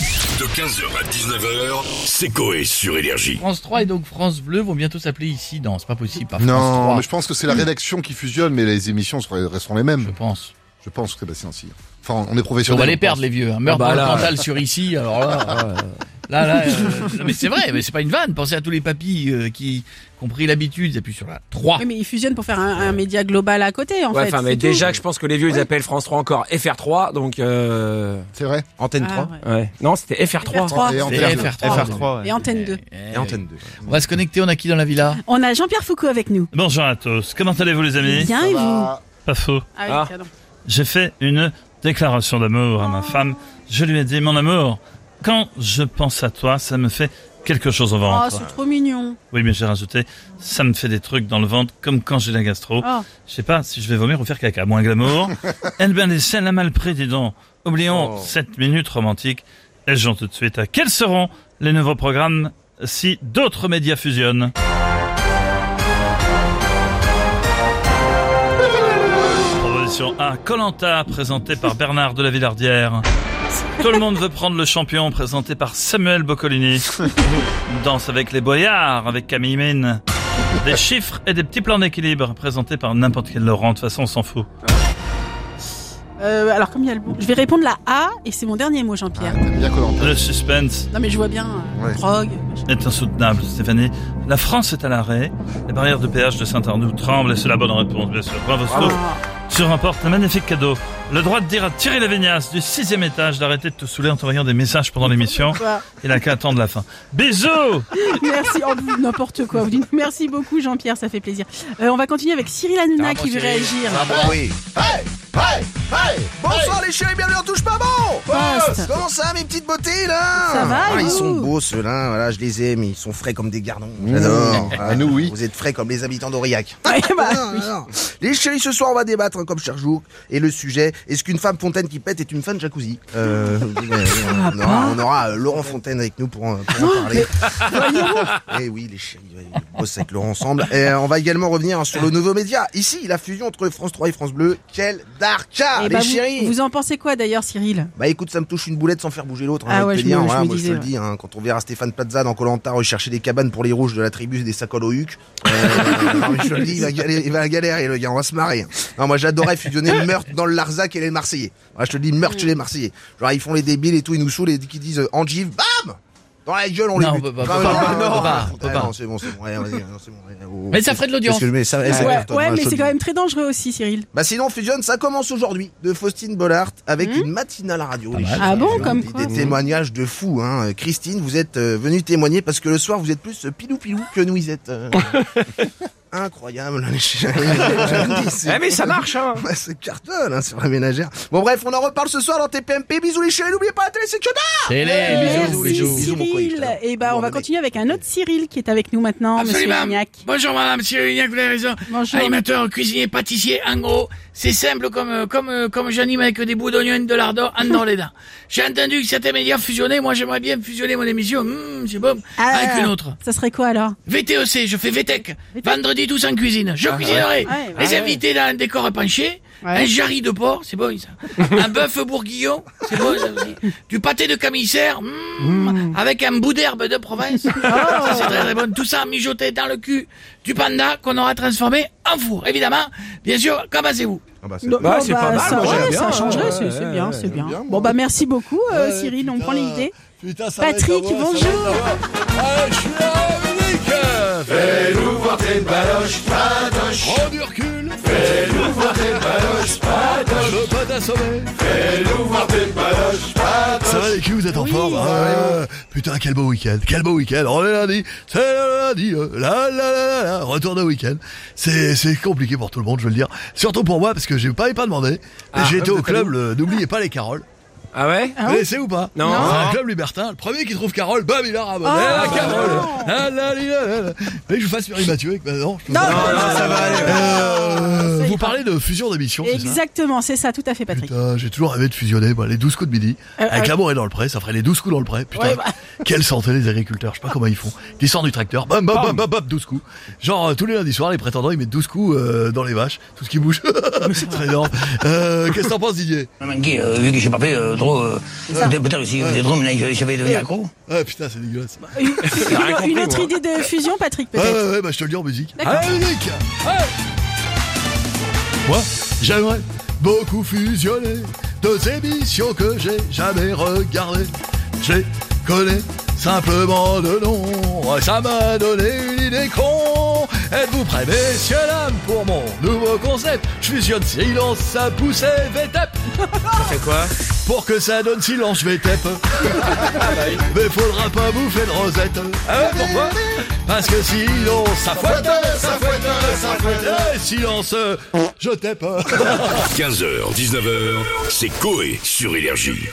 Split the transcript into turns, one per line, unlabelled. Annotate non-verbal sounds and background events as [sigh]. De 15h à 19h, c'est Coé sur Énergie.
France 3 et donc France Bleu vont bientôt s'appeler ici. Non, c'est pas possible. Pas France
Non,
3,
mais je pense que c'est la rédaction qui fusionne, mais les émissions seraient- resteront les
je
mêmes.
pense.
Je pense que Sébastien si. Enfin, on est
On
professionnels.
va
on
les
pense.
perdre, les vieux. hein. Meurtre
Ah bah
dans le
là.
Cantal sur ici. Alors là, euh, là, là. euh, non, mais c'est vrai, mais c'est pas une vanne. Pensez à tous les papis euh, qui, qui ont pris l'habitude d'appuyer sur la 3.
Oui, mais ils fusionnent pour faire un, un média global à côté, en
Ouais,
fait.
enfin, mais
c'est
déjà,
tout.
que je pense que les vieux, ils appellent France 3 encore FR3, donc euh...
C'est vrai.
Antenne
Ah,
3
ouais.
ouais. Non, c'était FR3.
FR3.
Et en
C'est
termes-
FR3.
FR3 ouais.
Et Antenne 2.
Eh,
et Antenne 2.
On va se connecter, on a qui dans la villa
On a Jean-Pierre Foucault avec nous.
Bonjour à tous, comment allez-vous les amis
Bien,
Ça
et vous
va.
Pas faux.
oui, Oh,
Ah.
pardon.
J'ai fait une déclaration d'amour
Oh.
à ma femme. Je lui ai dit, mon amour, quand je pense à toi, ça me fait quelque chose au
Oh,
ventre.
c'est trop mignon.
oui, mais j'ai rajouté, ça me fait des trucs dans le ventre, comme quand j'ai la gastro.
Oh.
Je sais pas si je vais vomir ou faire caca. Moins glamour. Elle ben les scènes à mal près, dis donc. Oublions
Oh.
cette minute romantique. Et j'en tout de suite à quels seront les nouveaux programmes si d'autres médias fusionnent. Proposition A, Colanta, présenté par Bernard de la Villardière. Tout le monde veut prendre le champion, présenté par Samuel Boccolini. Danse avec les boyards, avec Camille Mine. Des chiffres et des petits plans d'équilibre présentés par n'importe quel Laurent, de toute façon on s'en fout.
Euh, alors, comme il y a le bon. Je vais répondre la A, et c'est mon dernier mot, Jean-Pierre.
T'aimes bien Koh-Lanta.
Le suspense
Non, mais je vois bien. euh,
Ouais.
Drogue. machin.
est insoutenable, Stéphanie. La France est à l'arrêt. La barrière de péage de Saint-Arnoux tremble et c'est la bonne réponse, bien sûr. Bravo, Stouff.
Ah,
Tu remportes un magnifique cadeau. Le droit de dire à Thierry Lavignas du sixième étage d'arrêter de te saouler en t'envoyant des messages pendant l'émission.
Quoi.
Il a qu'à attendre la fin. Bisous
Merci, oh, vous- n'importe quoi. Vous dites merci beaucoup, Jean-Pierre, ça fait plaisir. Euh, on va continuer avec Cyril Hanouna
Bravo,
qui veut
Cyril.
réagir.
Ah, bah
oui.
Hey, hey, hey.
Bonsoir les chéris, bienvenue en touche pas bon
Poste.
Comment ça mes petites beautés là
Ça va, et
Ah, Ils
vous
sont beaux ceux-là, voilà, je les aime, ils sont frais comme des gardons.
Mmh.
J'adore.
[laughs] Ah, nous, oui.
Vous êtes frais comme les habitants d'Aurillac.
[laughs] Ouais, bah,
Ah, alors. Les chéris, ce soir on va débattre hein, comme chaque jour. Et le sujet, est-ce qu'une femme fontaine qui pète est une femme jacuzzi
[laughs]
euh,
Ah,
on, aura, on aura, euh, Laurent Fontaine avec nous pour, en- pour en parler. Eh oui, les chéris, ouais, ils bossent avec Laurent ensemble. Et euh, on va également revenir hein, sur le nouveau média. Ici, la fusion entre France 3 et France Bleu. Quel darka,
et
les
bah,
chéris
vous, vous en pensez quoi d'ailleurs, Cyril
bah écoute, ça me touche une boulette sans faire bouger l'autre.
Ah
avec
ouais,
te
je me-
dire,
je
voilà,
me
moi je te
disais,
le dis, hein, quand on verra Stéphane Pazza dans Colanta rechercher des cabanes pour les rouges de la tribu et des sacoles au huc, euh,
[laughs]
non, mais je te le dis, il va galérer, il va galérer le gars, on va se marrer. Non, moi j'adorais fusionner
[laughs]
Meurthe dans le Larzac et les Marseillais. Voilà, je te le dis, Meurthe chez les Marseillais. Genre ils font les débiles et tout, ils nous saoulent et qui disent euh, en gif, bam dans la gueule, on les
Non,
bute.
on peut pas,
Ah,
on peut pas, on peut
mais non, non, non,
pas,
non,
on peut
ah,
pas.
non, c'est bon, c'est bon, ouais, vas-y, non, c'est bon, ouais, oh,
Mais ça ferait de l'audience.
qu'est-ce que je mets Ça- eh, c'est
Ouais,
merde, toi,
ouais,
moi,
mais
je te
c'est
le
quand
dis.
même très dangereux aussi, Cyril.
Bah sinon Fusion ça commence aujourd'hui de Faustine Bollard avec une matinale à radio. les
mal.
filles.
Hmm Ah bon,
Des-
comme
des,
quoi
des témoignages de fous hein. Euh, Christine, vous êtes euh, venue témoigner parce que le soir vous êtes plus euh, pilou pilou que
[laughs]
noisette. euh. Incroyable. hein, Je vous dis, c'est-
Eh, mais ça marche, hein
Ouais, [laughs] ça cartonne hein, sur la ménagère. Bon bref, on en reparle ce soir dans TPMP. Bisous les chéris, n'oubliez pas la télé, c'est que dalle
Eh,
Ah,
Télé, bisous,
Merci
bisous.
Bisous, mon coït, je
Cyril.
t'adore.
Et bah, on
Bon,
va
allez.
continuer avec un autre Cyril qui est avec nous maintenant, Ah, Monsieur
Absolument.
Lignac.
Bonjour madame, monsieur Lignac, vous avez raison.
Bonjour.
Animateur, cuisinier, pâtissier, en gros, c'est simple comme, euh, comme, euh, comme j'anime avec des bouts d'oignon et de lardon en dans les dents. J'ai entendu que certains médias fusionnaient, moi j'aimerais bien fusionner mon émission, hmm, c'est bon,
Ah,
avec une autre.
Ça serait quoi alors
VTEC, E je fais VTEC,
VTEC.
vendredi tous en cuisine. Je cuisinerai
E Ouais, bah
les
ouais.
invités dans un décor penché,
Ouais.
un jarry de porc, c'est bon ça.
[laughs]
un bœuf bourguignon, c'est bon ça aussi. Du pâté de camisère,
Mm.
hmm, avec un bout d'herbe de province.
[laughs] Oh.
Ça, C'est très très bon. Tout ça mijoté dans le cul du panda qu'on aura transformé en four. Évidemment, bien sûr, qu'en pensez-vous
Ah bah, c'est-
Non,
Bah,
non,
c'est pas mal,
ça,
moi, j'aime
ouais,
bien,
ça
ouais,
changerait,
ouais,
c'est c'est
ouais,
bien,
ouais,
c'est bien.
bien,
Bon bah merci beaucoup euh,
Ouais,
Cyril, on
putain.
prend l'idée.
Putain, ça
Patrick,
va être à moi, ça
bonjour.
va être à moi. Ah, je suis là, Dominique Fais-nous voir tes baloches, patoche On du recul Fais-nous voir tes baloches, patoche Je veux pas t'assommer Fais-nous voir tes baloches, patoche Ça va les culs, vous êtes en forme hein, euh, Putain, quel beau week-end, quel beau week-end On est lundi, c'est le lundi, euh, la la la la la, retour de week-end. C'est c'est compliqué pour tout le monde, je veux le dire. Surtout pour moi, parce que j'ai pas, pas demandé. j'ai été au club, le- n'oubliez pas les caroles.
Ah ouais
Ah
Vous
oui
laissez ou pas
Non. Non.
C'est un club libertin. Le premier qui trouve Carole, bam, il a ramené.
Ah,
Ah, Carole
non.
Ah, là, là, là, là. Mais je vous fasse Marie Mathieu avec maintenant.
Non, non, non, ça va aller.
Euh,
Ça
vous
ira.
parlez de fusion d'émissions, c'est ça
Exactement, c'est ça, tout à fait Patrick.
Putain, j'ai toujours rêvé de fusionner moi, les 12 coups de midi.
Euh,
avec
euh,
l'amour est dans le prêt, ça ferait les 12 coups dans le prêt. Putain,
Ouais, bah.
Quelle santé les agriculteurs, je sais pas comment ils font. Ils descendent du tracteur, bam, bam, bam, bam, bam, 12 coups. Genre, euh, tous les lundis soirs, les prétendants, ils mettent 12 coups euh, dans les vaches, tout ce qui bouge. [laughs] c'est très énorme. Euh, Qu'est-ce que t'en penses, Didier
Mangué, euh, vu que j'ai pas fait euh, trop, euh, peut-être peut-être si vous êtes trop, mais là, j'avais devenu accro.
Ah putain, c'est dégueulasse. Ouais,
Une, une-
rien compris,
une autre
moi.
idée de fusion, Patrick, peut-être
ouais, ouais, bah je te le dis en musique.
D'accord.
Allez, Nick Moi, j'aimerais beaucoup fusionner deux émissions que j'ai jamais regardées. Je les connais simplement de nom. Ça m'a donné une idée con. Êtes-vous prêts, messieurs, dames, pour mon nouveau concept Je fusionne silence, ça pousse et VTEP.
C'est quoi
Pour que ça donne silence, je vais tep. Mais faudra pas bouffer de rosette.
Ah ouais, pourquoi
Parce que sinon, ça fouette.
ça fouette, ça fouette.
Eh, silence, euh, je tape.
15h, 19h, c'est Coé sur Énergie.